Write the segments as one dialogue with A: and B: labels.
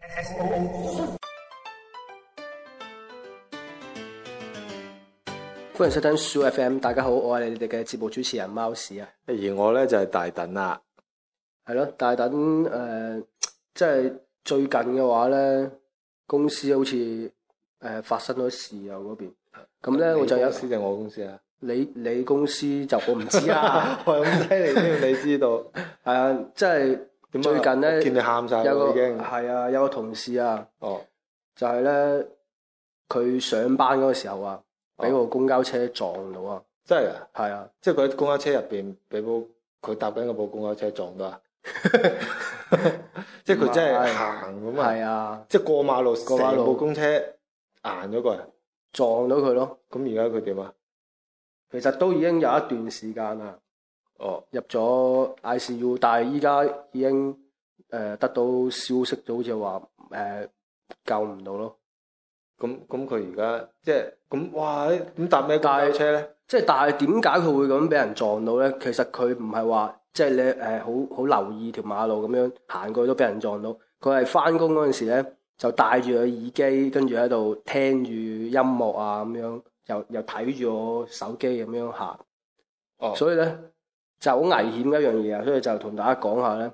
A: S O O。
B: 歡迎收聽 Soo FM，大家好，我係你哋嘅節目主持人貓屎啊，
C: 而我咧就係、大躉啦，
B: 係咯，但係等誒，即係最近嘅話咧，公司好似誒、呃、發生咗事啊嗰邊，咁咧我就有
C: 你公司定我 公司啊？
B: 你你公司就我唔知 啦，
C: 我咁犀利都要你知道。
B: 係啊，即係最
C: 點啊
B: 近
C: 我
B: 咧
C: 見你喊晒
B: 有
C: 啦
B: 個
C: 已經。
B: 係啊，有個同事啊，
C: 哦，
B: 就係咧佢上班嗰個時候啊，俾
C: 哦
B: 個公交車撞到啊，
C: 真係啊！
B: 係啊，
C: 即係佢喺公交車入邊俾部佢搭緊嗰部公交車撞到啊！ 即係佢真係行咁啊！
B: 係啊，
C: 即係過馬路，
B: 過馬路
C: 成部公車硬咗過嚟。
B: 撞到佢咯，
C: 咁而家佢點啊？
B: 其實都已經有一段時間啦。
C: 哦，
B: 入咗 ICU，但係依家已經誒、呃得到消息，就好似話誒救唔到咯。
C: 咁咁佢而家即係咁哇！咁搭咩公交車咧？
B: 即係但係點解佢會咁俾人撞到咧？其實佢唔係話即係你誒好好留意條馬路咁樣行過去都俾人撞到。佢係翻工嗰陣時咧，就戴住個耳機，跟住喺度聽住音樂啊咁樣，又又睇住我手機咁樣行。
C: 哦，
B: 所以咧就好危險嘅一樣嘢啊！所以就同大家講下咧，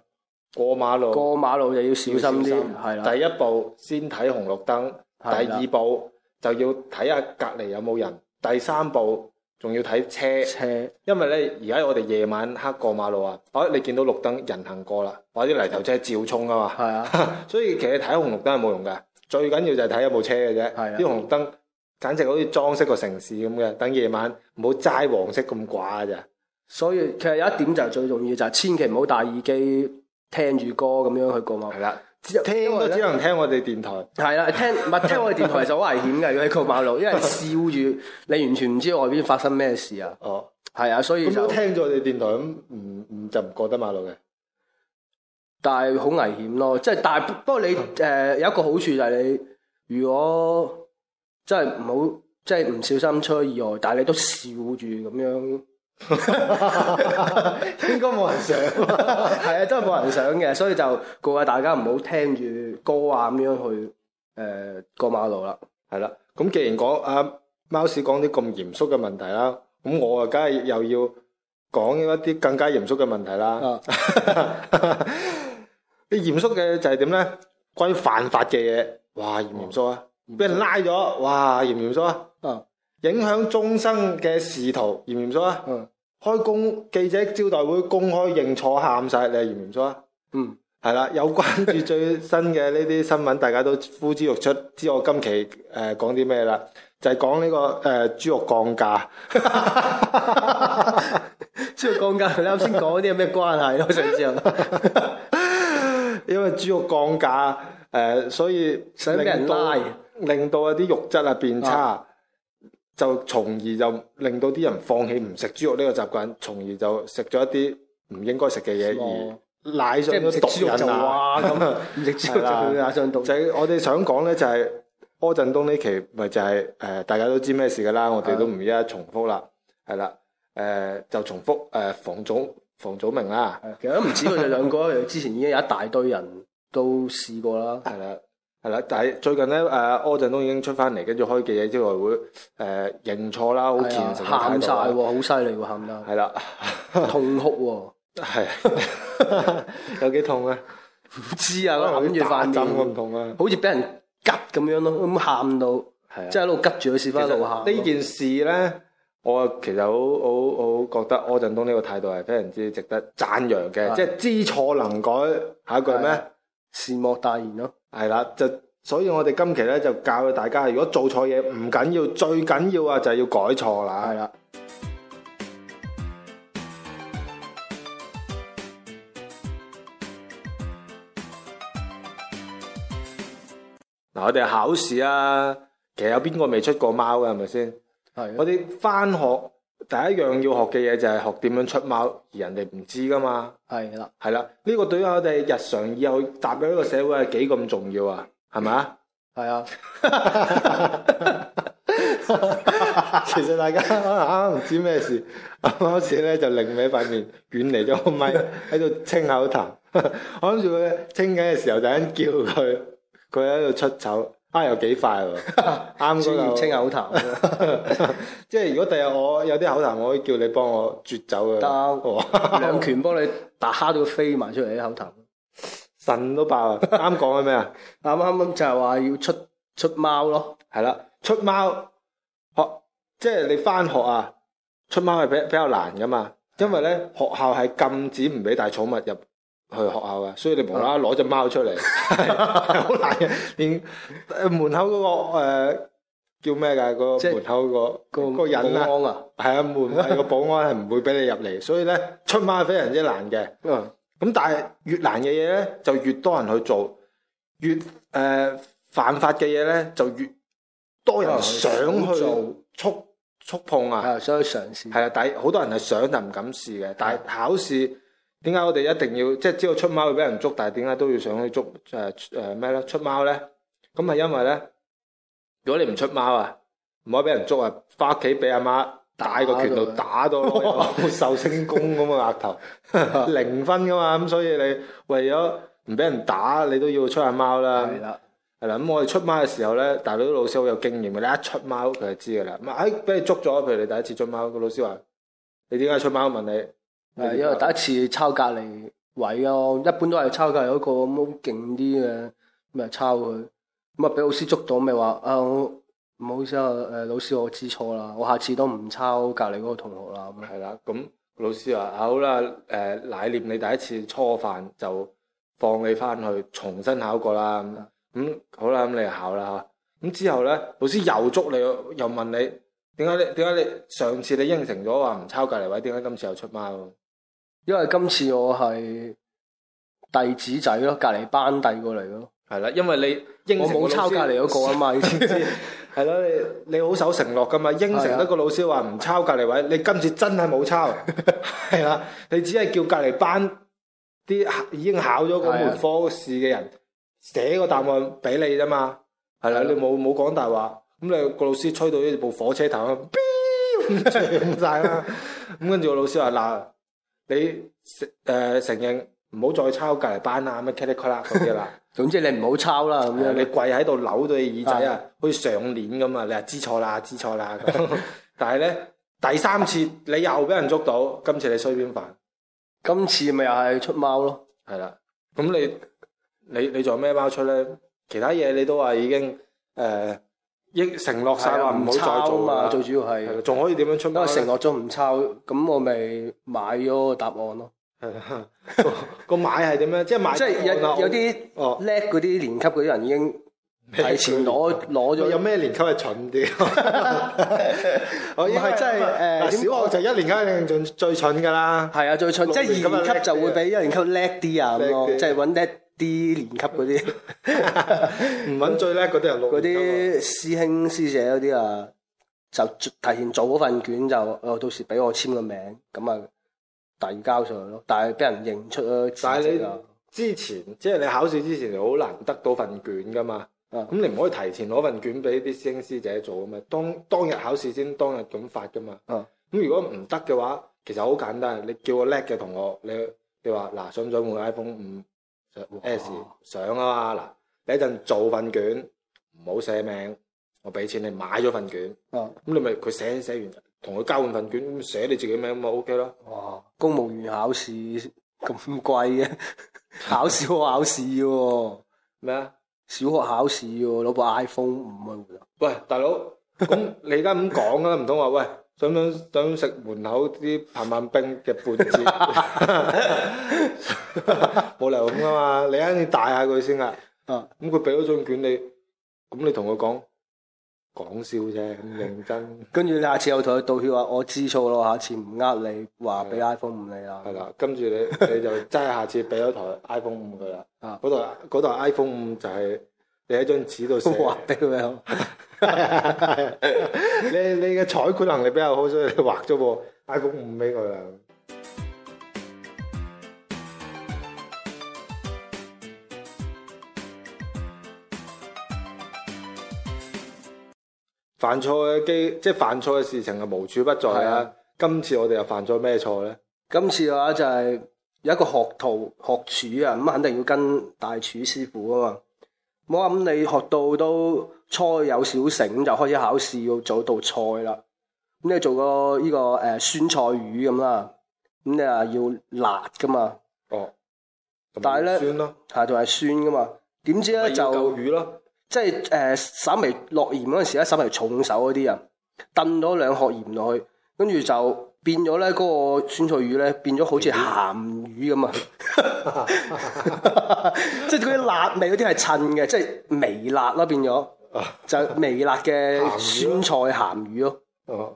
C: 過馬路
B: 過馬路就要小心
C: 要
B: 啲
C: 小心，
B: 係啦。
C: 第一步先睇紅綠燈。
B: 係
C: 第
B: 啦
C: 二步就要睇下隔離有冇人，第三步仲要睇車，
B: 車
C: 因為咧而家我哋夜晚黑過馬路啊，哦你見到綠燈人行過啦，或者泥頭車照衝啊
B: 係啊，
C: 嘛， 所以其實睇紅綠燈係冇用嘅，最緊要就係睇有冇車嘅啫。
B: 係啊
C: 啲紅綠燈簡直好似裝飾個城市咁嘅，等夜晚唔好齋黃色咁寡嘅啫。
B: 所以其實有一點就係最重要，就係千祈唔好戴耳機聽住歌咁樣去過馬
C: 係
B: 路。
C: 啦，
B: 只
C: 聽
B: 因為
C: 都
B: 呢
C: 只能聽我哋電台。
B: 係啦，聽唔 係聽我哋電台其實好危險嘅，如果喺過馬路，因為笑住你完全唔知外邊發生咩事啊。
C: 哦，
B: 係啊，所以
C: 咁
B: 就
C: 都聽咗我哋電台咁，唔唔就唔過得馬路嘅。
B: 但係好危險咯。即係但係不過你誒、呃有一個好處就係你如果真係唔好即係唔小心出意外，但係你都笑住咁樣。
C: 應該冇人想啊。
B: 係啊，真係冇人想嘅，所以就告誡大家唔好聽住歌啊咁樣去誒、呃、過馬路啦。
C: 系啦，咁既然講阿貓屎講啲咁嚴肅嘅問題啦，咁我啊梗係又要講一啲更加嚴肅嘅問題啦
B: 啊。
C: 啲嚴肅嘅就係點咧？關於犯法嘅嘢，哇嚴唔嚴肅啊！俾人拉咗，哇嚴唔嚴肅啊！
B: 啊
C: 影響終生嘅仕途，嚴唔嚴肅啊？
B: 嗯
C: 開公記者招待會公開認錯喊晒，你係嚴唔嚴肅啊？
B: 嗯，
C: 係啦，有關注最新嘅呢啲新聞，大家都呼之欲出。知我今期誒講啲咩啦？就係講呢個誒、呃、豬肉降價。
B: 即係講緊你啱先講嗰啲有咩關係咯？我想知 啊，
C: 因為豬肉降價，誒、呃所以
B: 想俾人
C: 令到
B: 拉
C: 令到一啲肉質啊變差，就從而就令到啲人放棄唔食豬肉呢個習慣，從而就食咗一啲唔應該食嘅嘢，
B: 哦
C: 而奶
B: 即
C: 上
B: 係唔
C: 咗
B: 食
C: 毒
B: 豬肉就
C: 癮啊！
B: 哇 咁， 唔食豬肉就會打上毒
C: 就。係我哋想講咧，就係柯震東呢期咪就係、呃大家都知咩事噶
B: 啊
C: 啦，我哋都唔一一重複啦，係啦，誒、就重複誒、呃房祖房祖名啦。
B: 係其實都唔止佢哋兩個，之前已經有一大堆人都試過啦。
C: 係啦，係啦，但係最近咧，誒、柯震東已經出翻嚟，跟住開記者招待會，誒、認錯啦，好
B: 係
C: 虔
B: 啊
C: 誠嘅態
B: 喊晒喎，
C: 度
B: 好犀利喎，喊
C: 啊，
B: 得
C: 係啦，
B: 痛哭
C: 係 有幾痛啊？
B: 喎，唔知啊，
C: 可能
B: 揞住塊
C: 打針咁
B: 面，
C: 痛啊！
B: 好似俾人吉咁樣咯，咁喊到，
C: 係啊
B: 即係喺度吉住佢屎忽喺度喊咯。
C: 呢件事咧，我其實好好好覺得柯震東呢個態度係非常之值得讚揚嘅，
B: 係
C: 即係知錯能改，下一句
B: 係
C: 咩
B: 啊？事莫大言咯，
C: 係啦，就所以我哋今期咧就教大家，如果做錯嘢唔緊要，最緊要啊就係要改錯啦。
B: 係啦。
C: 嗱，我哋考試啊，其實有邊個未出過貓嘅係咪先？
B: 係啊
C: 我哋翻學第一樣要學嘅嘢就係學點樣出貓，而人哋唔知噶嘛。
B: 係啦，
C: 係啦，呢、個對於我哋日常以後踏入呢個社會係幾咁重要啊？係咪啊？
B: 係 啊，
C: 其實大家可能啱啱唔知咩事，啱啱時咧就擰歪塊面，遠離咗個 咪，喺度清口痰。我諗住佢清緊嘅時候，突然間叫佢，佢喺度出丑，啊又幾快喎，啱
B: 專業清
C: 嗰
B: 口痰，
C: 嚿。 即係如果第日我有啲口痰，我可以叫你幫我啜走佢。
B: 得啊
C: 哇
B: 兩拳幫你打蝦到飛埋出嚟啲口痰。
C: 腎都爆 啊！啱講嘅咩啊？
B: 啱啱就係話要出出貓咯，
C: 係啦，出貓學即係你翻學啊，出貓係比比較難噶嘛，因為咧學校係禁止唔俾帶寵物入去學校嘅，所以你無啦
B: 哦
C: 啦攞只貓出嚟係係 好難嘅，連誒門口嗰、個、呃、叫咩㗎？個
B: 即係
C: 門口嗰個
B: 個
C: 嗰個人啊
B: 保，安啊，
C: 係啊，門係個保安係唔會俾你入嚟，所以咧出貓係非常之難嘅。
B: 嗯，
C: 咁但係越難嘅嘢咧，就越多人去做；越誒、呃犯法嘅嘢咧，就越多人想去
B: 做，
C: 觸觸碰啊。
B: 係想去嘗試，
C: 係啊，但係好多人係想但唔敢試嘅。但係考試點解我哋一定要即係知道出貓會俾人捉，但係點解都要想去捉誒誒咩咧？出貓咧，咁係因為咧，如果你唔出貓啊，唔可以俾人捉啊，翻屋企俾阿媽打個拳頭打到咯，有冇壽星公咁啊嘅額頭，零分噶嘛，咁所以你為咗唔俾人打，你都要出下貓啦。
B: 係啦，
C: 係啦，咁我哋出貓嘅時候咧，大佬啲老師好有經驗嘅，你一出貓佢就知㗎啦。咁啊，哎，俾你捉咗，譬如你第一次出貓，個老師話：你點解出貓？問你，
B: 係因為第一次抄隔離位咯，一般都係抄隔離嗰個咁好勁啲嘅，咪抄佢，咁啊俾老師捉到咪話啊我唔好意思啊，誒老師我知錯啦，我下次都唔抄隔離嗰個同學啦咁樣，
C: 係啦，咁老師話：啊好啦，誒、乃念你第一次初犯就放你翻去重新考過啦。咁、咁好啦，咁你考啦嚇。咁之後咧，老師又捉你，又問你點解你點解你上次你應承咗話唔抄隔離位，點解今次又出貓？
B: 因為今次我係弟子仔咯，隔離班遞過嚟咯，
C: 係啦，因為你應
B: 我
C: 承個
B: 冇抄
C: 老師
B: 隔離嗰個啊 嘛，以前知。
C: 係咯，你你好守承諾噶嘛？應承得個老師話唔抄隔離位，你今次真係冇抄，係啦，你只係叫隔離班啲已經考咗嗰門科試嘅人寫個答案俾你啫嘛，係啦，
B: 係啊
C: 你冇冇講大話，咁你個老師吹到呢部火車頭咁，biu，咁吹咁晒啦，咁跟住個老師話嗱，你承誒承認唔好再抄隔離班啊，乜 c a t 啦嗰啲啦。
B: 總之你唔好抄啦咁
C: 係啊
B: 樣，
C: 你
B: 你
C: 跪喺度扭到你耳仔啊，好似上鏈咁啊！你話知錯啦，知錯啦 咁。但係咧，第三次你又俾人捉到，今次你衰邊犯？
B: 今次咪又係出貓咯，
C: 係啦，咁你你你仲有咩貓出咧？其他嘢你都話已經誒應承諾晒
B: 係啊
C: 話唔好
B: 抄
C: 再
B: 啊
C: 做
B: 嘛，
C: 啦，
B: 最主要係
C: 係啦仲可以點樣出
B: 因為
C: 貓
B: 承
C: 咧？
B: 諾咗唔抄，咁我咪買咗個答案咯。
C: 係啦，個 個買係點樣？即係買
B: 即係有有啲
C: 哦，
B: 叻嗰啲年級嗰啲人已經提前攞攞
C: 有
B: 咗，
C: 咩年級係蠢 啲？我應該
B: 唔係真係誒
C: 啊嗱
B: 點講
C: 小學就一年級一定最最蠢㗎 啦。
B: 係啊最蠢，
C: 六
B: 即係
C: 年級
B: 二年級就會比一年級叻啲啊咁咯，
C: 啊叻啲
B: 即係揾叻啲年級嗰 啲
C: 唔揾最叻嗰啲人
B: 嗰
C: 六年級啊
B: 啲師兄師姐嗰啲啊，就提前做嗰份卷就哦到時俾我簽個名，咁啊遞交上去咯，但係俾人認出咯，
C: 但係
B: 辭
C: 你
B: 職啊
C: 之前即係你考試之前你好難得到份卷噶嘛，
B: 嗯
C: 咁你唔可以提前攞份卷俾啲師兄師姐做噶嘛，當當日考試先當日咁發噶嘛。
B: 嗯
C: 咁如果唔得嘅話，其實好簡單，你叫個叻嘅同學，你你話嗱想唔想換 iPhone 五
B: 哇
C: S 想啊嘛，嗱你一陣做份卷，唔好寫名，我俾錢你買咗份卷，
B: 啊
C: 咁你咪佢寫寫完同佢交換份卷，咁寫你自己名咪 OK 咯。
B: 哇！公務員考試咁貴嘅， 考小學考試嘅喎，
C: 咩啊？
B: 小學考試嘅喎，攞部 iPhone 五去換啊！
C: 喂，大佬， 咁你而家咁講啊，唔通話喂，想唔想想食門口啲棒棒冰嘅半截？ 冇理由咁噶啊嘛，你一定要大下佢先啊。
B: 啊
C: 咁佢俾咗張卷你，咁你同佢講講笑啫，唔認真
B: 跟住你下次又同佢道歉話我知錯咯，下次唔呃你，話俾 iPhone 五你啦
C: 係。啦。跟住你你就真係下次俾咗台 iPhone 五佢啦。
B: 啊
C: 嗰台嗰台 iPhone 五就係你喺張紙度寫。
B: 話俾佢聽，
C: 你 你嘅採管能力比較好，所以你畫咗部 iPhone 五俾佢啦。犯錯嘅機，即係犯錯嘅事情係無處不在
B: 係
C: 啦
B: 啊。
C: 今次我哋又犯咗咩錯咧？
B: 今次嘅話就係有一個學徒學廚啊，咁肯定要跟大廚師傅啊嘛。冇啊，咁你學到都初有小成，就開始考試要做道菜啦。咁你做個呢、個誒、呃酸菜魚咁啦，咁你啊要辣噶嘛，
C: 哦，咁
B: 但係呢
C: 酸咯，
B: 係仲係酸噶嘛。點知
C: 咪
B: 咧
C: 要
B: 就
C: 夠魚咯，
B: 即係誒、呃稍微落鹽嗰陣時啊咧，稍微重手嗰啲人，燉咗兩殼鹽落去，跟住就變咗咧嗰個酸菜魚咧變咗好似鹹魚咁啊！即係嗰啲辣味嗰啲係襯嘅，即係微辣啦變咗。
C: 啊，
B: 就係微辣嘅酸
C: 鹹魚咯
B: 菜鹹魚咯。
C: 哦，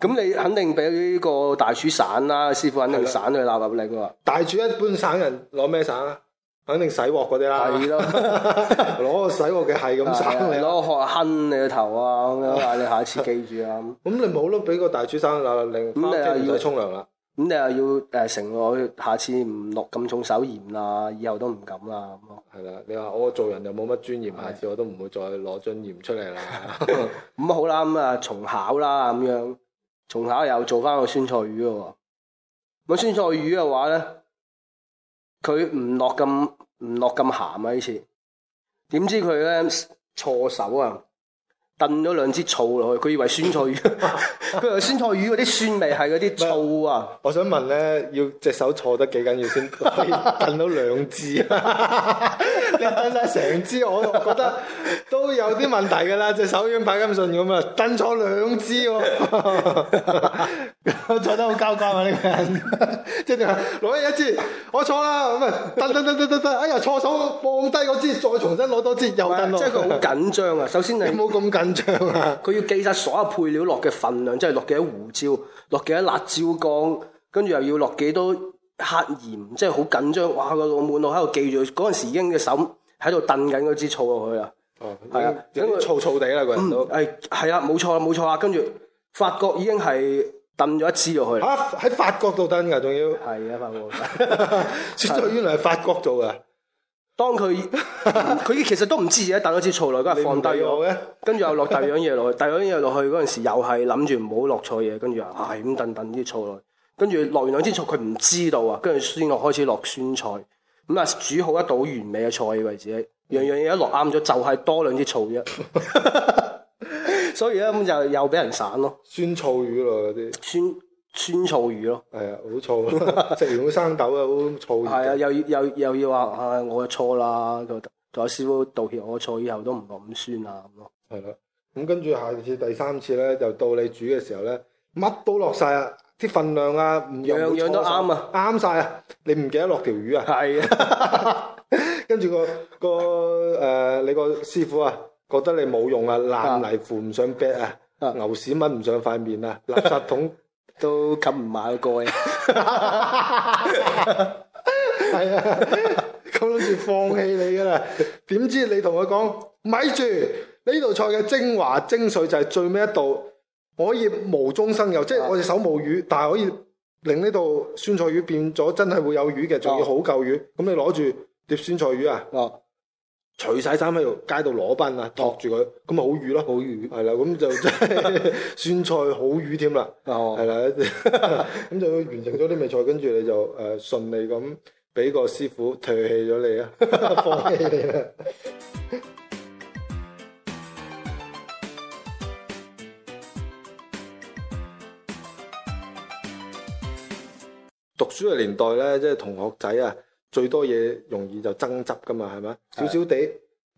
B: 咁你肯定俾呢個大廚散啦，師傅肯定
C: 係啦
B: 散佢納入令喎。
C: 大廚一般省人攞咩省啊？肯定洗鑊嗰啲啦，
B: 係咯
C: 攞個洗鑊嘅係咁省你
B: 係啊
C: 咯。
B: 攞殼坑你個頭啊，咁樣啊，你下次記住啊。咁
C: 咁你冇得俾個大廚省啦，令
B: 咁你
C: 翻屋
B: 又
C: 企唔
B: 要
C: 使沖涼啦。
B: 咁你又要誒承諾，下次唔落咁重手鹽啦，以後都唔敢啦。咁咯
C: 係啦，你話我做人又冇乜尊嚴，下次我都唔會再攞樽鹽出嚟啦。
B: 咁好啦，咁啊重考啦，咁樣重考又做翻個酸菜魚咯喎。咁酸菜魚嘅話咧，佢唔落咁唔落咁鹹啊！呢次點知佢咧錯手啊，燉咗兩支醋落去，佢以為酸菜魚，佢以為酸菜魚嗰啲酸味係嗰啲醋啊。
C: 我想問咧，要隻手坐得幾緊要 先可以燉到兩 支啊？你燉晒成支，我我覺得都有啲問題㗎啦。隻手已經擺咁順咁啊，燉咗兩支 喎，坐得好交關啊！呢個人， 即係啊攞起一支，我錯啦咁啊，燉燉燉燉燉燉，哎呀錯手放低嗰支，再重新攞多支又燉落。
B: 即係佢好緊張啊！首先你
C: 有冇咁緊張啊？
B: 佢要記晒所有配料落嘅份量，即係落幾多胡椒，落幾多辣椒乾，跟住又要落幾多黑鹽，即係好緊張。哇！個老滿腦喺度記住，嗰陣時已經嘅手喺度燉緊嗰支醋落去啦。
C: 哦，
B: 係啊
C: 有啲燥燥地啦，個人都
B: 誒係啦，冇錯啦，冇錯啦。跟住發覺已經係燉咗一支落去啦。
C: 嚇喺法國度燉㗎，仲要。
B: 係啊，發覺。
C: 雪菜原來係法國做嘅，
B: 當佢佢其實都唔知自己燉咗支醋落去，跟
C: 你
B: 住放低
C: 唔理
B: 咗
C: 我。嘅，
B: 跟住又落第二樣嘢落去，第二樣嘢落去嗰陣時又係諗住唔好落錯嘢，跟住又係咁燉燉啲醋落去，跟住落完兩支醋佢唔知道啊，跟住先落開始落酸菜，咁啊煮好一道完美嘅菜以為自己樣樣嘢一落啱咗，就係多兩支醋啫， 所以咧咁就又俾人散咯，
C: 酸醋魚咯嗰啲，
B: 酸酸醋魚咯，
C: 係啊， 好燥，食完好生痘啊，好燥熱。
B: 係啊，又要又又要話啊我嘅錯啦，啊同同阿師傅道歉，我嘅錯以後都唔落咁酸啦咁咯，
C: 係啦。咁跟住下次第三次咧，就到你煮嘅時候咧，乜都落晒啊，啲份量啊，唔又冇
B: 樣樣都
C: 錯手
B: 啱啊，
C: 啱晒啊，你唔記得落條魚啊，
B: 係啊，
C: 跟住個個誒你個師傅啊，覺得你冇用啊，爛泥扶唔上壁啊，
B: 啊
C: 牛屎蚊唔上塊面啊，垃圾桶。
B: 都冚唔埋個蓋。啊
C: 啊係啊，咁諗住放棄你噶啦，點知你同佢講，咪住呢道菜嘅精華精髓就係最尾一道，我可以無中生有，即係我隻手冇魚，但係可以令呢道酸菜魚變咗真係會有魚嘅，仲要好嚿魚。咁你攞住碟酸菜魚啊，
B: 哦
C: 除晒衫喺度街度攞賓啊，托住佢，咁咪好魚咯，好魚。係啦，咁就真係 酸菜好魚添啦。
B: 哦
C: 係，啦， 咁就完成咗呢味菜，跟住你就誒、呃、順利咁俾個師傅唾棄咗你啊， 放棄你啦。 讀書嘅年代咧，即係同學仔啊，最多嘢容易就爭執噶嘛，係咪？少少地，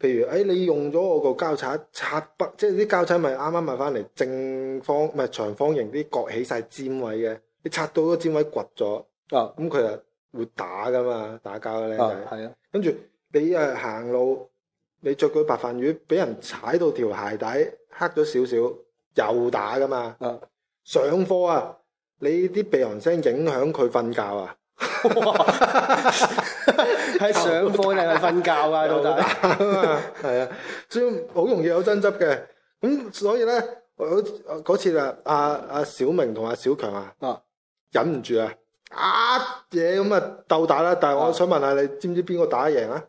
C: 譬如誒、哎你用咗我個膠刷刷筆，即係啲膠刷咪啱啱買翻嚟正方唔係長方形啲角起晒尖位嘅，你刷到個尖位掘咗，
B: 哦，
C: 咁佢啊會打噶嘛，打交嘅靚
B: 啊
C: 仔。
B: 係啊，
C: 跟住你誒行路，你着佢白飯魚，俾人踩到條鞋底黑咗少少，又打噶嘛。
B: 啊
C: 上課啊，你啲鼻鼾聲影響佢瞓覺啊，
B: 喺上課定係瞓覺 啊？到
C: 又
B: 底
C: 打啊嘛，係啊，所以好容易有爭執嘅。咁所以咧，我嗰次啊，阿阿小明同阿小強啊，
B: 啊
C: 忍唔住啊，啊嘢咁啊鬥打啦。但係我想問下你，知唔知邊個打得贏啊？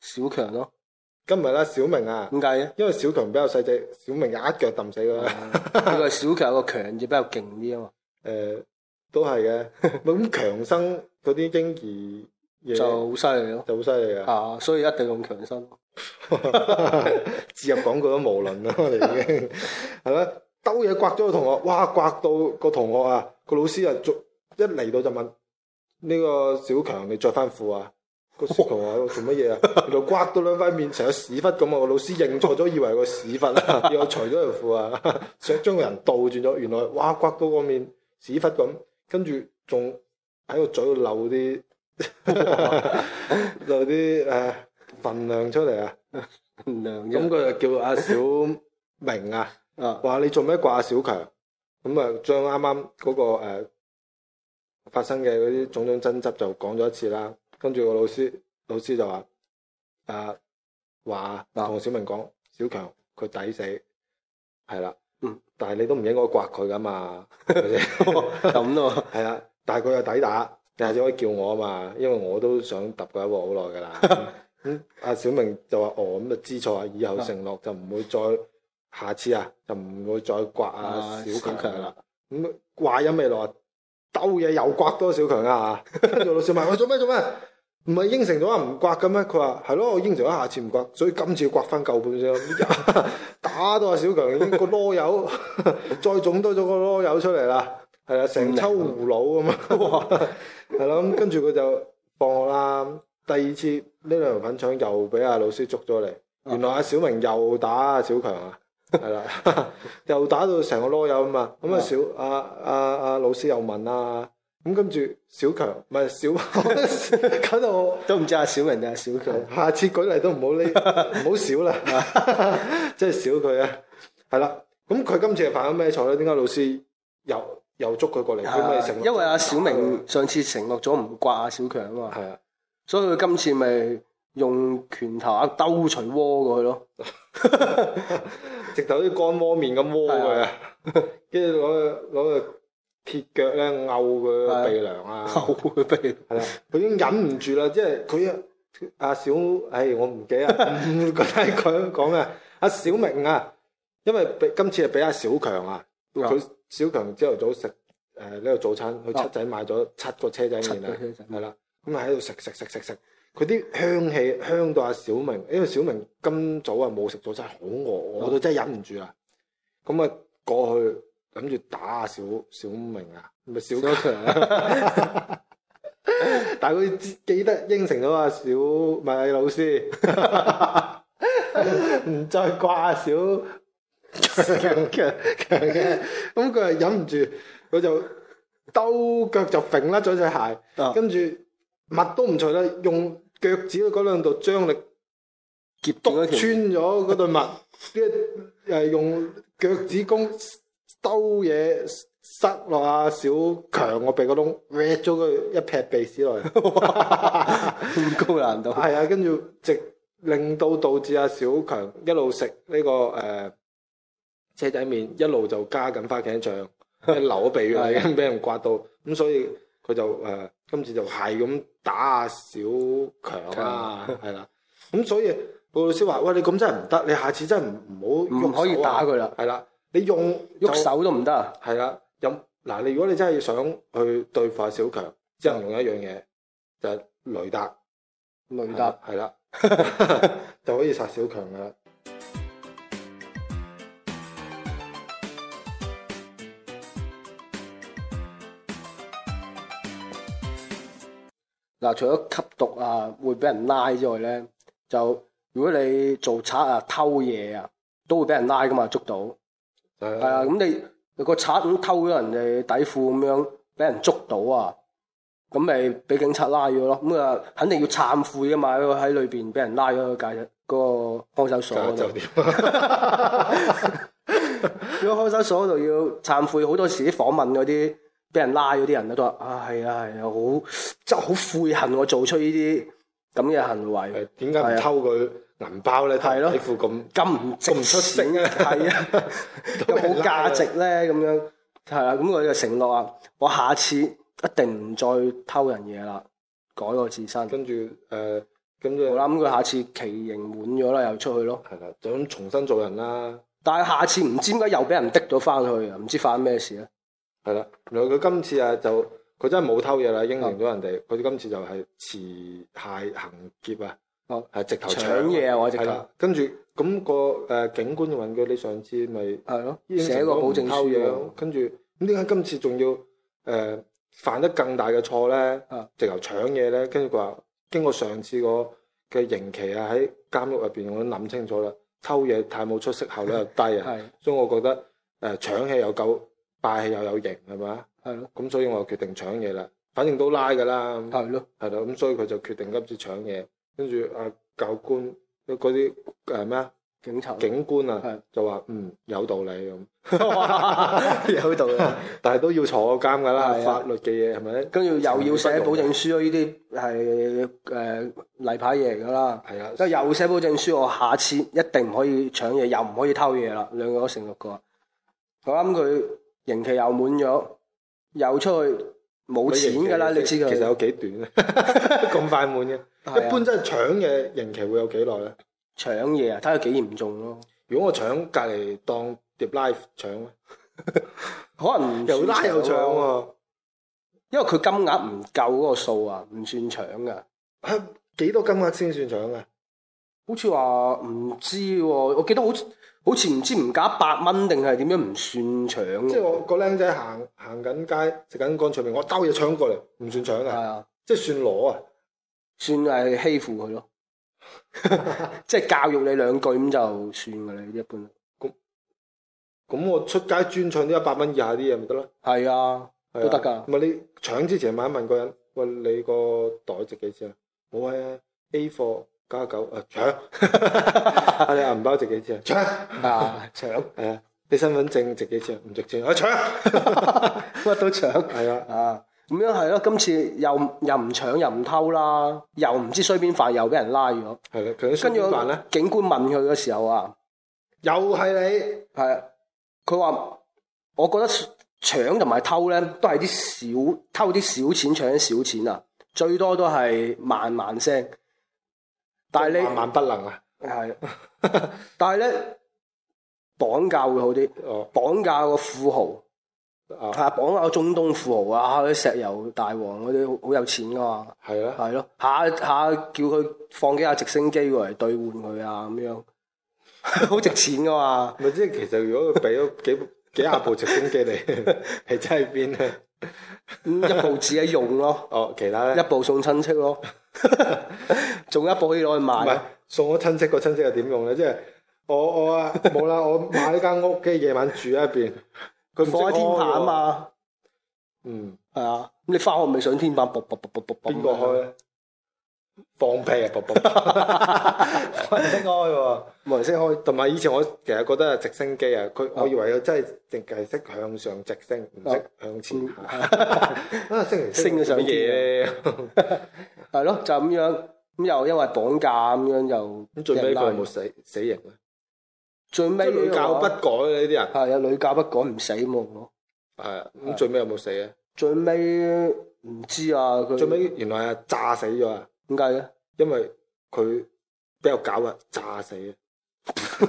B: 小強咯，
C: 今日啦，小明啊，
B: 點解 嘅？
C: 因為小強比較細隻，小明一腳揼死佢啊
B: 啊
C: 啦。
B: 佢個小強個強字比較勁啲啊嘛，
C: 誒、都係嘅。 咁強生嗰啲嬰兒嘢
B: 就好犀利咯，
C: 就好犀利嘅。啊
B: 啊，所以一定用強身。
C: 植入廣告都無論啦，我哋已經係啦，兜嘢刮咗個同學，哇！刮到個同學啊，個老師啊，逐一嚟到就問呢、個小強你着翻褲啊？個小強話做乜嘢啊？原來刮到兩塊面成個屎忽咁啊！個老師認錯咗，以為個屎忽啊， 要我除咗條褲啊， 想將個人倒轉咗，原來哇刮到個面屎忽咁，跟住仲喺個嘴度漏啲 漏啲誒份量出嚟啊！
B: 量咁
C: 咁佢就叫阿小明啊，
B: 啊，
C: 話你做咩掛阿小強？咁啊，將啱啱嗰個誒、呃、發生嘅嗰啲種種爭執就講咗一次啦。跟住個老師老師就話誒話同小明講，小強佢抵死係啦，
B: 嗯
C: 但係你都唔應該刮佢噶嘛，
B: 咁咯，
C: 係啊，但係佢又抵打，你下次可以叫我啊嘛，因為我都想揼佢一鑊好耐 噶啦。咁阿小明就話：哦，咁就知錯啊，以後承諾就唔會再下次啊，就唔會再刮啊
B: 啊
C: 小強
B: 小
C: 噶
B: 強
C: 啦
B: 啦。
C: 咁掛音未落，兜嘢又刮多小 強啊嚇！跟住老師問：我做咩做咩？唔係應承咗話唔刮嘅咩？佢話係咯，我應承咗下次唔刮，所以今次要刮翻夠半先。 打到阿小強已經個啰柚， 再腫多咗個啰柚出嚟啦，係啦，成抽葫蘆咁啊！係咯，咁跟住佢就放學啦。第二次呢兩條粉腸又俾阿老師捉咗嚟，原來阿小明又打阿小強啊，係啦，又打到成個啰柚咁啊！咁啊
B: 啊
C: 小阿阿阿老師又問啦，咁跟住小 強唔係小，搞到我。
B: 都唔知阿小明定係小強。
C: 下次舉例都唔好呢， 唔好少啦， 即係少佢啊。係啦，咁佢今次係犯咗咩錯咧？點解老師又又捉 佢過嚟？咁咪
B: 啊
C: 成啊立
B: 因為阿小明上次承諾咗唔刮阿小強啊嘛，
C: 係啊，
B: 所以佢今次咪用拳頭啊兜捶窩過去咯。
C: 直頭啲乾鍋面咁窩佢啊，跟住攞個攞個鐵腳咧摳佢個鼻 梁啊，
B: 後佢鼻
C: 係啦，佢已經忍唔住啦，即係佢啊阿小，唉，我唔記啊，唔覺得佢講啊，阿小明啊，因為俾今次係俾阿小強啊。佢小強朝頭早食誒呢個早餐，佢七仔買咗七個車仔麵啊，
B: 七個車仔麵
C: 係啦，咁喺度食食食食食，佢啲香氣香到阿小明，因為小明今早啊冇食早餐，好餓，我都真係忍唔住啦，咁啊過去諗住打阿小小明啊，咪 小強啊。但係佢知記得應承咗阿小米老 師，唔再掛阿小強強強嘅，咁佢係忍唔住，佢就兜腳就揈甩咗隻鞋，
B: 啊
C: 跟住襪都唔除啦，用腳趾嗰兩度張力
B: 夾
C: 篤
B: 斷嗰條
C: 穿咗嗰對襪，啲誒用腳趾公兜嘢塞落阿小強個鼻個窿，搲咗佢一撇鼻屎落 嚟。
B: 咁高難度，
C: 係啊，跟住直令到導致阿小強一路食呢、個誒、呃、車仔面，一路就加緊花頸醬， 流咗鼻血啦，已經俾人刮到，咁所以佢就誒、呃今次就係咁打阿小強啊，係啦，咁所以個老師話：喂，你咁真係唔得，你下次真係唔唔好啊
B: 唔可以打佢 啦，
C: 係啦，你用
B: 喐手都唔得啊！
C: 係啦，有嗱，你如果你真係想去對付阿小強，只能用一樣嘢，就係、雷達。
B: 雷
C: 係
B: 達
C: 啦係啦，就可以殺小強噶啦。
B: 嗱，除咗吸毒啊會俾人拉之外咧，就如果你做賊啊偷嘢啊，都會俾人拉噶嘛，捉到。係
C: 係
B: 啊，，咁你你個賊咁偷咗人哋底褲咁樣，俾人捉到啊，咁咪俾警察拉咗咯。咁啊，肯定要懺悔噶嘛，因為喺裏邊俾人拉咗個戒指嗰個看守所
C: 就
B: 嗰
C: 就
B: 度。
C: 點？啊
B: 如果看守所嗰度要懺悔，好多時啲訪問嗰啲俾人拉嗰啲人咧，都話啊係啊係啊，好真係好悔恨我做出呢啲咁嘅行為，
C: 誒 點解唔偷佢銀包咧？
B: 係咯
C: 睇褲咁
B: 咁唔值
C: 咁唔出色
B: 錢
C: 啊
B: 係 啊。有冇價值？咧？咁樣係啦，咁佢就承諾啊，我下次一定唔再偷人嘢啦，改個自身。
C: 跟住誒，跟住
B: 好啦，咁佢下次期刑滿咗啦，又出去咯。
C: 係啦，就咁重新做人啦。
B: 但係下次唔知點解又俾人滴咗翻去啊，唔知發生咩事咧？
C: 係啦，然後佢今次啊就佢真係冇偷嘢啦，應承咗人哋。佢今次就係持械行劫啊，哦，係直頭
B: 搶嘢啊！我直頭
C: 係啦，跟住咁個誒警官就問佢：你上次咪
B: 係咯，
C: 應承
B: 寫
C: 咗
B: 個保
C: 唔
B: 證
C: 偷
B: 書啊
C: 嘢
B: 喎，
C: 跟住咁點解今次仲要誒、呃犯得更大嘅錯咧
B: 啊？
C: 直頭搶嘢咧，跟住佢話經過上次個嘅刑期啊，喺監獄入邊我都諗清楚啦，偷嘢太冇出息，效 率又低啊，
B: 係
C: 所以我覺得誒、呃、搶氣又夠，霸氣又有型係咪啊？
B: 係咯
C: 咁所以我就決定搶嘢啦，反正都拉㗎啦，咁
B: 係咯，
C: 係啦，咁所以佢就決定今次搶嘢，跟住啊教官嗰啲誒咩啊
B: 警察
C: 警官啊
B: 係
C: 就話嗯有道理 咁。
B: 有道理。
C: 但係都要坐監㗎啦
B: 係，啊
C: 法律嘅嘢係咪？
B: 跟住又要寫保證書咯，呢啲係誒例牌嘢嚟㗎啦。
C: 係啊，
B: 即係又寫保證書，我下次一定唔可以搶嘢，又唔可以偷嘢啦。兩個都承諾過。我諗佢刑期又滿咗，又出去冇錢㗎啦，你知
C: 其實
B: 佢。
C: 有幾短啊？ 咁快滿嘅，
B: 係啊
C: 一般真係搶嘅刑期會有幾耐咧？
B: 搶嘢啊，睇佢幾嚴重咯。
C: 如果我搶隔離當碟拉搶啊咧，
B: 可能唔算
C: 又拉又搶啊
B: 咯
C: 喎，
B: 因為佢金額唔夠嗰個數啊，唔算搶噶。
C: 啊幾多金額先算搶啊？
B: 好似話唔知喎，我記得好似好似唔知唔加一百蚊定係點樣唔算搶啊
C: 即係
B: 嘅。
C: 我個僆仔行行緊街食緊乾脆麵，我兜嘢搶過嚟，唔算搶
B: 係
C: 啊，
B: 啊，
C: 即係算攞啊！
B: 算係欺負佢咯，
C: 啊
B: 即係教育你兩句咁就算噶啦，一般。
C: 咁我出街專搶啲一百蚊以下啲嘢咪得咯，
B: 係啊，
C: 係啊
B: 都得㗎
C: 唔係你搶之前問一問個人，喂你個袋值幾錢啊？冇位啊，A 貨加九啊搶，啊你銀包值幾錢啊？搶，
B: 啊搶
C: 係啊，你身份證值幾錢啊？唔值錢啊搶，
B: 乜都搶
C: 係啊，
B: 啊！咁樣係咯，今次又又唔搶又唔偷啦，又唔知衰邊犯又俾人拉咗。
C: 係啦，佢啲
B: 跟
C: 商
B: 住
C: 品咧
B: 警官問佢嘅時候啊。
C: 又係你，
B: 系啊，佢話：我覺得搶同埋偷咧，都係啲小偷啲小錢，搶啲小錢啊，最多都係萬萬聲。但係
C: 萬
B: 你
C: 萬不能啊！
B: 係，啊但係咧綁架會好啲，
C: 哦
B: 綁架個富豪
C: 啊
B: 係啊，綁架個中東富豪啊，啲石油大王嗰啲好好有錢噶嘛，
C: 係啦，
B: 係咯，下下叫佢放幾架直升機過嚟兌換佢啊，咁樣 好值錢噶嘛。
C: 咪即係其實如果佢俾咗幾幾廿部直升機你， 係真係邊咧？
B: 咁一部自己用咯，
C: 哦，其他
B: 一
C: 咧
B: 部送親戚咯， 仲有一部可以攞去
C: 唔係
B: 賣。
C: 送咗親戚個親戚又點用咧？即係我我 啊冇啦，我買呢間屋，跟住夜晚住喺入邊，佢唔識
B: 放喺天
C: 開
B: 棚啊
C: 喎。
B: 嘛，
C: 嗯，
B: 係啊，咁你翻學咪上天棚，卜卜卜卜卜卜。
C: 邊個開？咧？放屁啊！卜卜， 冇人識開喎。
B: 冇人識開。
C: 同埋以前我其實覺得係直升機啊，佢我以為佢真係淨係識向上直升，唔識向前行。啊，升
B: 嗯升咗上啊
C: 嘢啊咧，
B: 係咯，就咁樣，咁又因為綁架咁樣又
C: 咁最尾
B: 俾人啊
C: 佢有
B: 拉
C: 冇死死刑咧？
B: 最
C: 即係
B: 尾
C: 屢教不改呢啲人。
B: 係啊，女教不改唔死冇。
C: 係啊，咁最尾有冇死啊？
B: 最尾唔知啊，佢
C: 最尾原來係炸死咗啊！
B: 點解嘅？
C: 因為佢比較狡猾，炸死啊！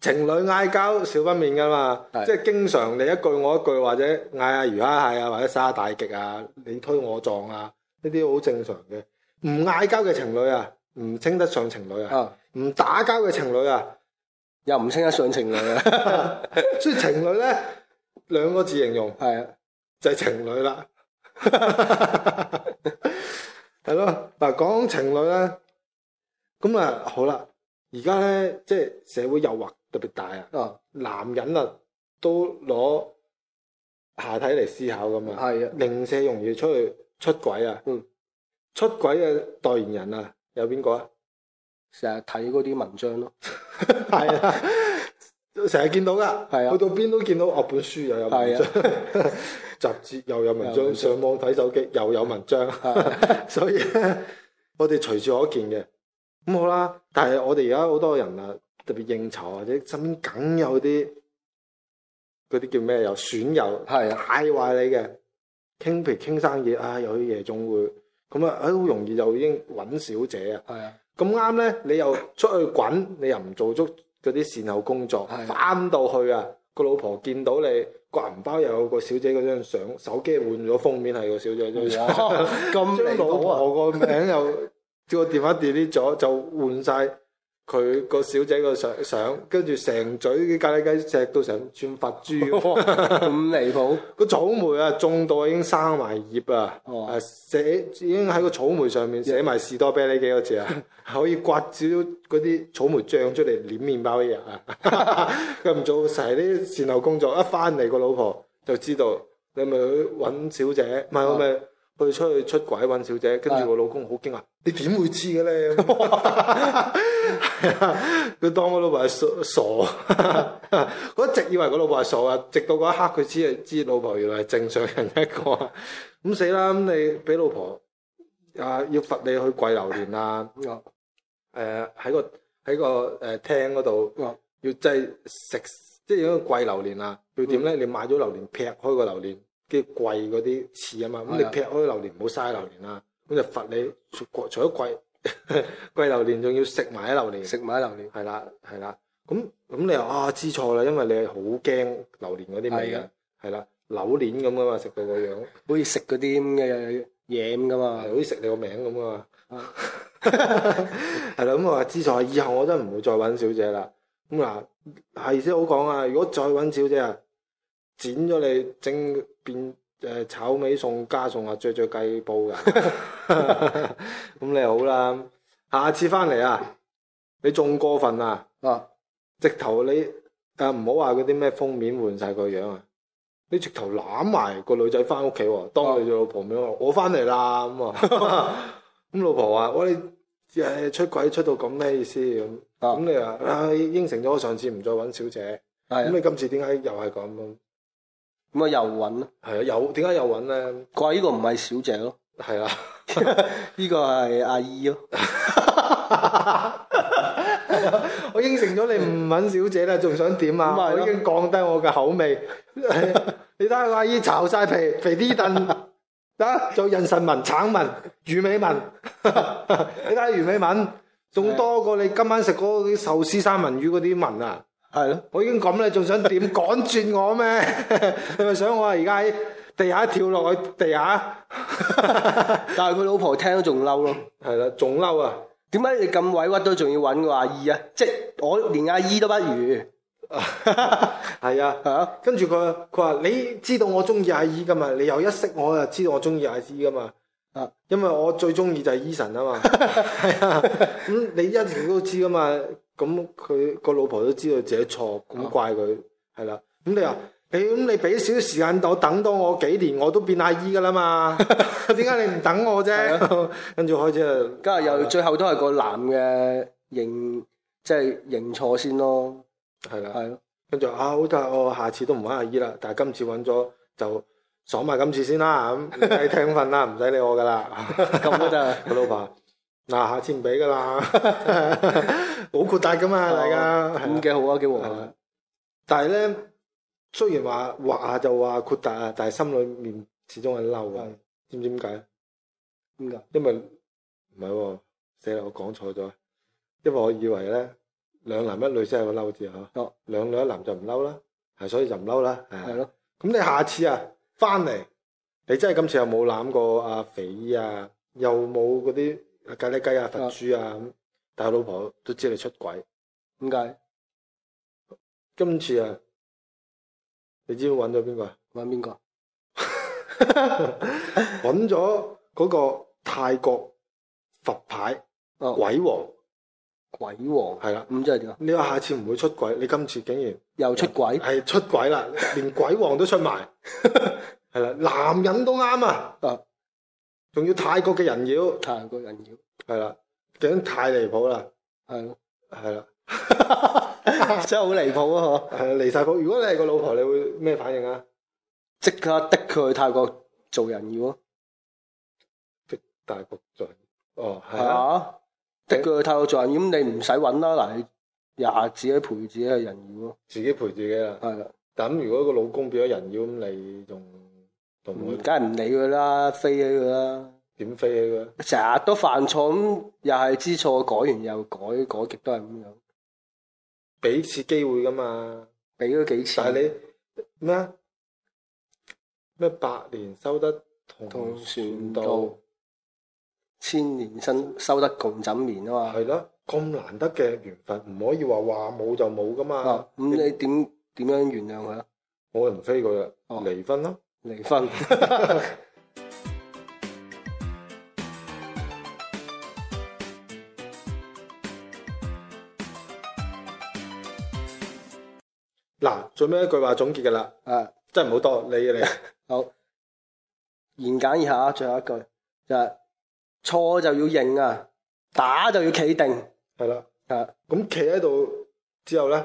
C: 情侶嗌交少不免噶嘛，
B: 係
C: 即係經常你一句我一句，或者嗌下魚蝦蟹啊，或者耍下大極啊，你推我撞啊，呢啲好正常嘅。唔嗌交嘅情侶啊，唔稱得上情侶啊，
B: 啊，
C: 唔打交嘅情侶啊。
B: 又唔稱得上情侶啊，
C: 所以情侶咧兩個字形容
B: 係啊，
C: 就係情侶啦， 係咯。嗱，講情侶咧，咁啊好啦，而家咧即係社會誘惑特別大啊，
B: 啊
C: 男人啊都攞下體嚟思考噶嘛，
B: 係啊，
C: 零舍容易出去出軌啊。
B: 嗯，
C: 出軌嘅代言人啊，有邊個啊？
B: 成日睇嗰啲文章咯，
C: 係啊，成日見到噶，
B: 係啊啊
C: 去到邊都見到，哦，本書又有文章， 雜誌又有文
B: 又有
C: 章，
B: 文章
C: 上網睇手機又有文章，
B: 啊
C: 所以咧，我哋隨處可見嘅。咁好啦，但係我哋而家好多人啊，特別應酬或者身邊梗有啲嗰啲叫咩，有損友
B: 係啊，
C: 帶壞你嘅，傾譬如傾生意啊，又去夜總會，咁啊，唉好容易就已經揾小姐啊。
B: 係啊，
C: 咁啱咧，你又出去滾，你又唔做足嗰啲善後工作
B: 係，
C: 翻到去啊，個老婆見到你個銀包又有個小姐嗰張相，手機換咗封面係個小姐 張 相，
B: 哇哦咁
C: 將
B: 離
C: 啊老
B: 譜啊！
C: 婆個名又個電話 delete 咗，就換晒佢個小姐個相相，跟住成嘴啲咖喱雞食到成串佛珠咁。
B: 咁離譜，
C: 個草莓啊，種到已經生埋葉啊！
B: 哦
C: 啊寫已經喺個草莓上面寫埋士多啤梨幾個字啊， 可以刮少嗰啲草莓醬出嚟攣麵包一日啊！ 佢唔做成啲善後工作，一翻嚟個老婆就知道你咪去揾小姐，唔係我咪去出去出軌揾小姐，跟
B: 啊
C: 住個老公好驚訝，你點會知嘅咧？係啊 佢當我老婆係傻傻， 我一直以為個老婆係傻啊，直到嗰一刻佢先係知老婆原來係正常人一個啊！咁死啦！咁你俾老婆啊要罰你去跪榴蓮啊！
B: 哦
C: 誒、喺個喺個誒廳嗰度
B: 哦
C: 要即係食，即係要跪榴蓮啊！要點咧？
B: 嗯
C: 你買咗榴蓮，劈開個榴蓮，跟住跪嗰啲刺啊嘛。咁你
B: 係啊
C: 劈開榴蓮，唔好嘥榴蓮啦。咁就罰你除除咗 跪跪榴蓮，仲要食埋啲榴蓮。
B: 食埋榴蓮。
C: 係啦，係啦。咁咁你又啊知錯啦，因為你係好驚榴蓮嗰啲味
B: 係
C: 嘅
B: 啊，
C: 係啦，榴蓮咁噶嘛，食到個樣。
B: 好似食嗰啲咁嘅嘢咁噶嘛
C: 係。好似食你個名咁啊嘛
B: 啊。
C: 係啦，咁我話知錯，以後我真係唔會再揾小姐啦。咁嗱，係先好講啊。如果再揾小姐啊，剪咗你整變誒、炒味餸加餸啊，最最雞煲㗎。 咁你好啦，下次翻嚟啊，你仲過分啊！
B: 啊，
C: 直頭你啊唔好話嗰啲咩封面換晒個樣啊，你直頭攬埋個女仔翻屋企喎，當
B: 哦
C: 佢做老婆咁樣話，我翻嚟啦咁 啊，咁老婆話我哋誒出軌出到咁咩意思咁？
B: 啊
C: 咁你話啊應承咗我上次唔再揾小姐，咁
B: 係啊
C: 你今次點解又係咁咁？
B: 咁啊又揾啦。
C: 係啊，又點解又揾咧？
B: 佢話呢個唔係小姐咯，
C: 係啊啦，
B: 呢個係阿姨咯。
C: 我應承咗你唔揾小姐啦，仲想點啊？
B: 咁咪係
C: 我
B: 咯
C: 已經降低我嘅口味。 你睇下個阿姨炒晒皮，肥啲凳，得仲有人神文、橙文、魚尾文。 你睇下魚尾文，仲多過你今晚食嗰啲壽司三文魚嗰啲文啊！
B: 係咯，
C: 我已經咁啦，仲想點趕轉我咩？ 你咪想我啊？而家喺地下跳落去地下，
B: 但係佢老婆聽到仲嬲咯。
C: 係啦，仲嬲啊！
B: 點解你咁委屈都仲要揾個阿姨啊？即係我連阿姨都不如，
C: 係啊。
B: 係啊，
C: 跟住佢佢話：你知道我中意阿姨噶嘛？你又一識我就知道我中意阿姨噶嘛？
B: 啊，
C: 因為我最中意就係 Eason 啊嘛，係啊，咁你一直都知噶嘛，咁佢個老婆都知道自己錯，咁怪佢係啦。咁你話，你咁你俾少少時間我等多我幾年，我都變阿姨噶啦嘛，點解你唔等我啫？跟住開始
B: 梗係
C: 啊
B: 又最後都係個男嘅認，即係認錯先咯，
C: 就係啦。
B: 係咯，
C: 跟住啊，好大我下次都唔揾阿姨啦，但係今次揾咗就爽埋今次先啦，咁你睇聽瞓啦， 唔使理我噶啦。
B: 咁都得啊
C: 個老婆嗱，下次唔俾噶啦， 好豁達噶嘛，大家。
B: 咁哦幾好啊，幾和啊，
C: 但係咧，雖然話話就話豁達啊，但係心裏面始終係嬲啊
B: 係。
C: 知唔知點解？
B: 點解？
C: 因為唔係喎，死啦！我講錯咗，因為我以為咧兩男一女先係個嬲字嚇，
B: 哦
C: 兩女一男就唔嬲啦，係所以就唔嬲啦。係啊
B: 係咯，
C: 咁你下次啊翻嚟，你真係今次又冇攬過阿肥姨啊，又冇嗰啲咖喱雞啊、佛珠啊咁，但係老婆都知你出軌。
B: 點解？
C: 今次啊，你知唔知揾咗邊個啊？
B: 揾邊個？
C: 揾咗嗰個泰國佛牌
B: 哦，
C: 鬼王，
B: 鬼王，
C: 係啦。
B: 咁即係點啊？
C: 你話下次唔會出軌，你今次竟然
B: 又出軌
C: 係出軌啦，連鬼王都出埋， 係啦，男人都啱啊，
B: 啊！
C: 仲要泰國嘅人妖。
B: 泰國人妖，
C: 系啦，究竟太離譜啦，
B: 係 咯，
C: 係啦，
B: 真係好離譜啊！嗬，
C: 係啊離晒譜。如果你係個老婆，你會咩反應啊？
B: 即刻的佢去泰國做人妖啊！
C: 大局在哦，係
B: 係
C: 啊，
B: 啊，的佢去泰國做人妖，咁你唔使揾啦，嗱，你廿自己陪自己去人妖咯，
C: 自己陪自己啦。
B: 係啦，
C: 但咁如果個老公變咗人妖，咁你仲同
B: 唔
C: 佢
B: 梗係唔理佢啦，飛起佢啦，
C: 點飛起佢啊？
B: 成日都犯錯，咁又係知錯，改完又改，改極都係咁樣，
C: 俾次機會噶嘛。
B: 俾咗幾次，
C: 但係你咩啊？咩百年修得同
B: 同
C: 船
B: 船
C: 渡
B: 渡，千年身收得共枕眠啊嘛。
C: 係咯，咁難得嘅緣分，唔可以話話冇就冇噶嘛
B: 啊。咁你點點樣原諒佢啊？
C: 我唔飛佢啦，
B: 哦
C: 離婚咯。
B: 離婚。
C: 嗱，最尾一句話總結噶啦，
B: 啊，
C: 真係唔好多，你嘅你，
B: 好。言簡以下，最後一句就係、錯就要認啊，打就要企定
C: 係啦。
B: 啊，
C: 咁企喺度之後咧，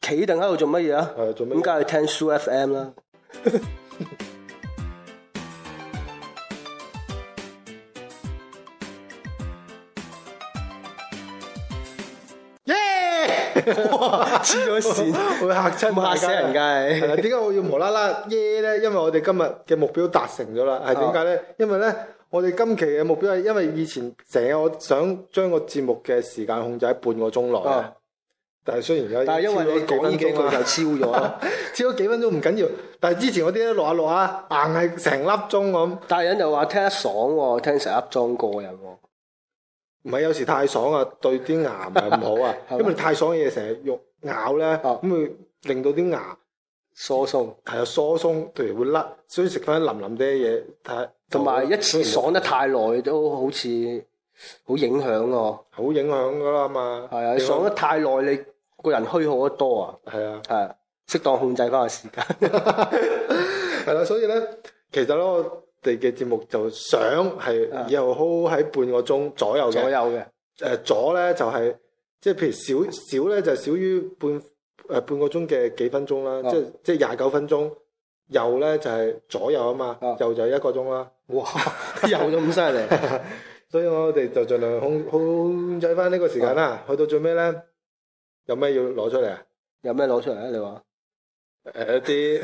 B: 企定喺度做乜嘢啊？
C: 係做咩
B: 咁梗？係聽 Soo FM 啦。
C: 耶！
B: 哇黐咗線
C: 會嚇親
B: 咁嚇
C: 大
B: 死
C: 家
B: 人
C: 㗎。係
B: 㗎
C: 啦，點解我要無啦啦耶咧？因為我哋今日嘅目標達成咗啦。
B: 啊
C: 係點解咧？因為咧，我哋今期嘅目標係因為以前成日我想將個節目嘅時間控制喺半個鐘內嘅
B: 啊
C: 但係雖然有
B: 但係因為
C: 超咗
B: 你講呢幾句
C: 分
B: 就
C: 鐘啦
B: 超咗啦，
C: 超咗幾分鐘唔緊要，但係之前嗰啲咧落下落下，硬係成粒鐘咁。
B: 但係人就話聽得爽喎，聽成粒鐘過癮喎。
C: 唔係有時太爽啊，對啲牙唔係唔好啊
B: ，係嘛
C: 因為太爽嘅嘢成日肉咬咧，
B: 哦
C: 咁會令到啲牙
B: 疏鬆，
C: 係啊疏鬆，譬如會甩，所以食翻啲腍腍啲嘅嘢太
B: 同埋一次爽得太耐都好似好影響喎。
C: 好影響噶啦嘛。
B: 係啊，你
C: 影響
B: 爽得太耐，你個人虛耗得多啊。
C: 係啊，
B: 係啊，適當控制翻個時間。
C: 係啦，所以咧，其實咧，我哋嘅節目就想
B: 啊
C: 係以後好喺半個鐘左右
B: 左
C: 嘅
B: 右嘅，
C: 誒呃左咧就係、即係譬如少少咧就少於半誒、半個鐘嘅幾分鐘啦，
B: 哦
C: 即係即係廿九分鐘。右咧就係、左右啊嘛，
B: 哦
C: 右就一個鐘啦。
B: 哇， 又都咁犀利，
C: 所以我哋就盡量控控制翻呢個時間啦。去到最尾咧，有咩要攞出嚟啊？
B: 有咩攞出嚟啊？你話
C: 誒、呃一 啲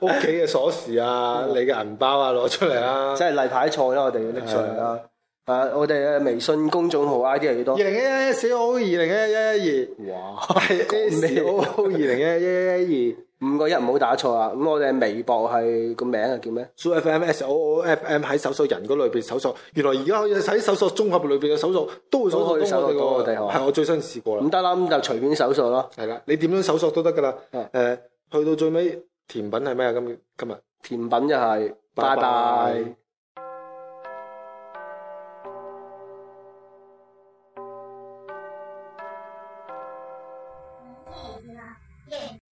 C: 屋企嘅鎖匙啊，
B: 嗯
C: 你嘅銀包啊，攞出嚟啦。
B: 即係例牌菜啦，我哋要拎上嚟啦。啊，我哋嘅微信公眾號 ID 係幾多
C: 二？零一一小 O 二零一一一一
B: 哇，
C: 二，係
B: 講咩
C: 小 O 二零一一一一二。
B: 五個一唔好打錯啊！咁我哋微博係個名啊係叫咩？
C: s o FM、S O O F M 喺搜索人嗰類別搜索，原來而家可以喺搜索綜合類別嘅搜索都會搜
B: 都可以搜
C: 索
B: 索到
C: 我
B: 我哋
C: 哋個
B: 喎
C: 係我最新試過啦
B: 咁，得啦，咁就隨便搜索咯。
C: 係啦，你點樣搜索都得噶啦。
B: 啊
C: 誒，去到最尾甜品係咩啊？今今日
B: 甜品就係，拜拜。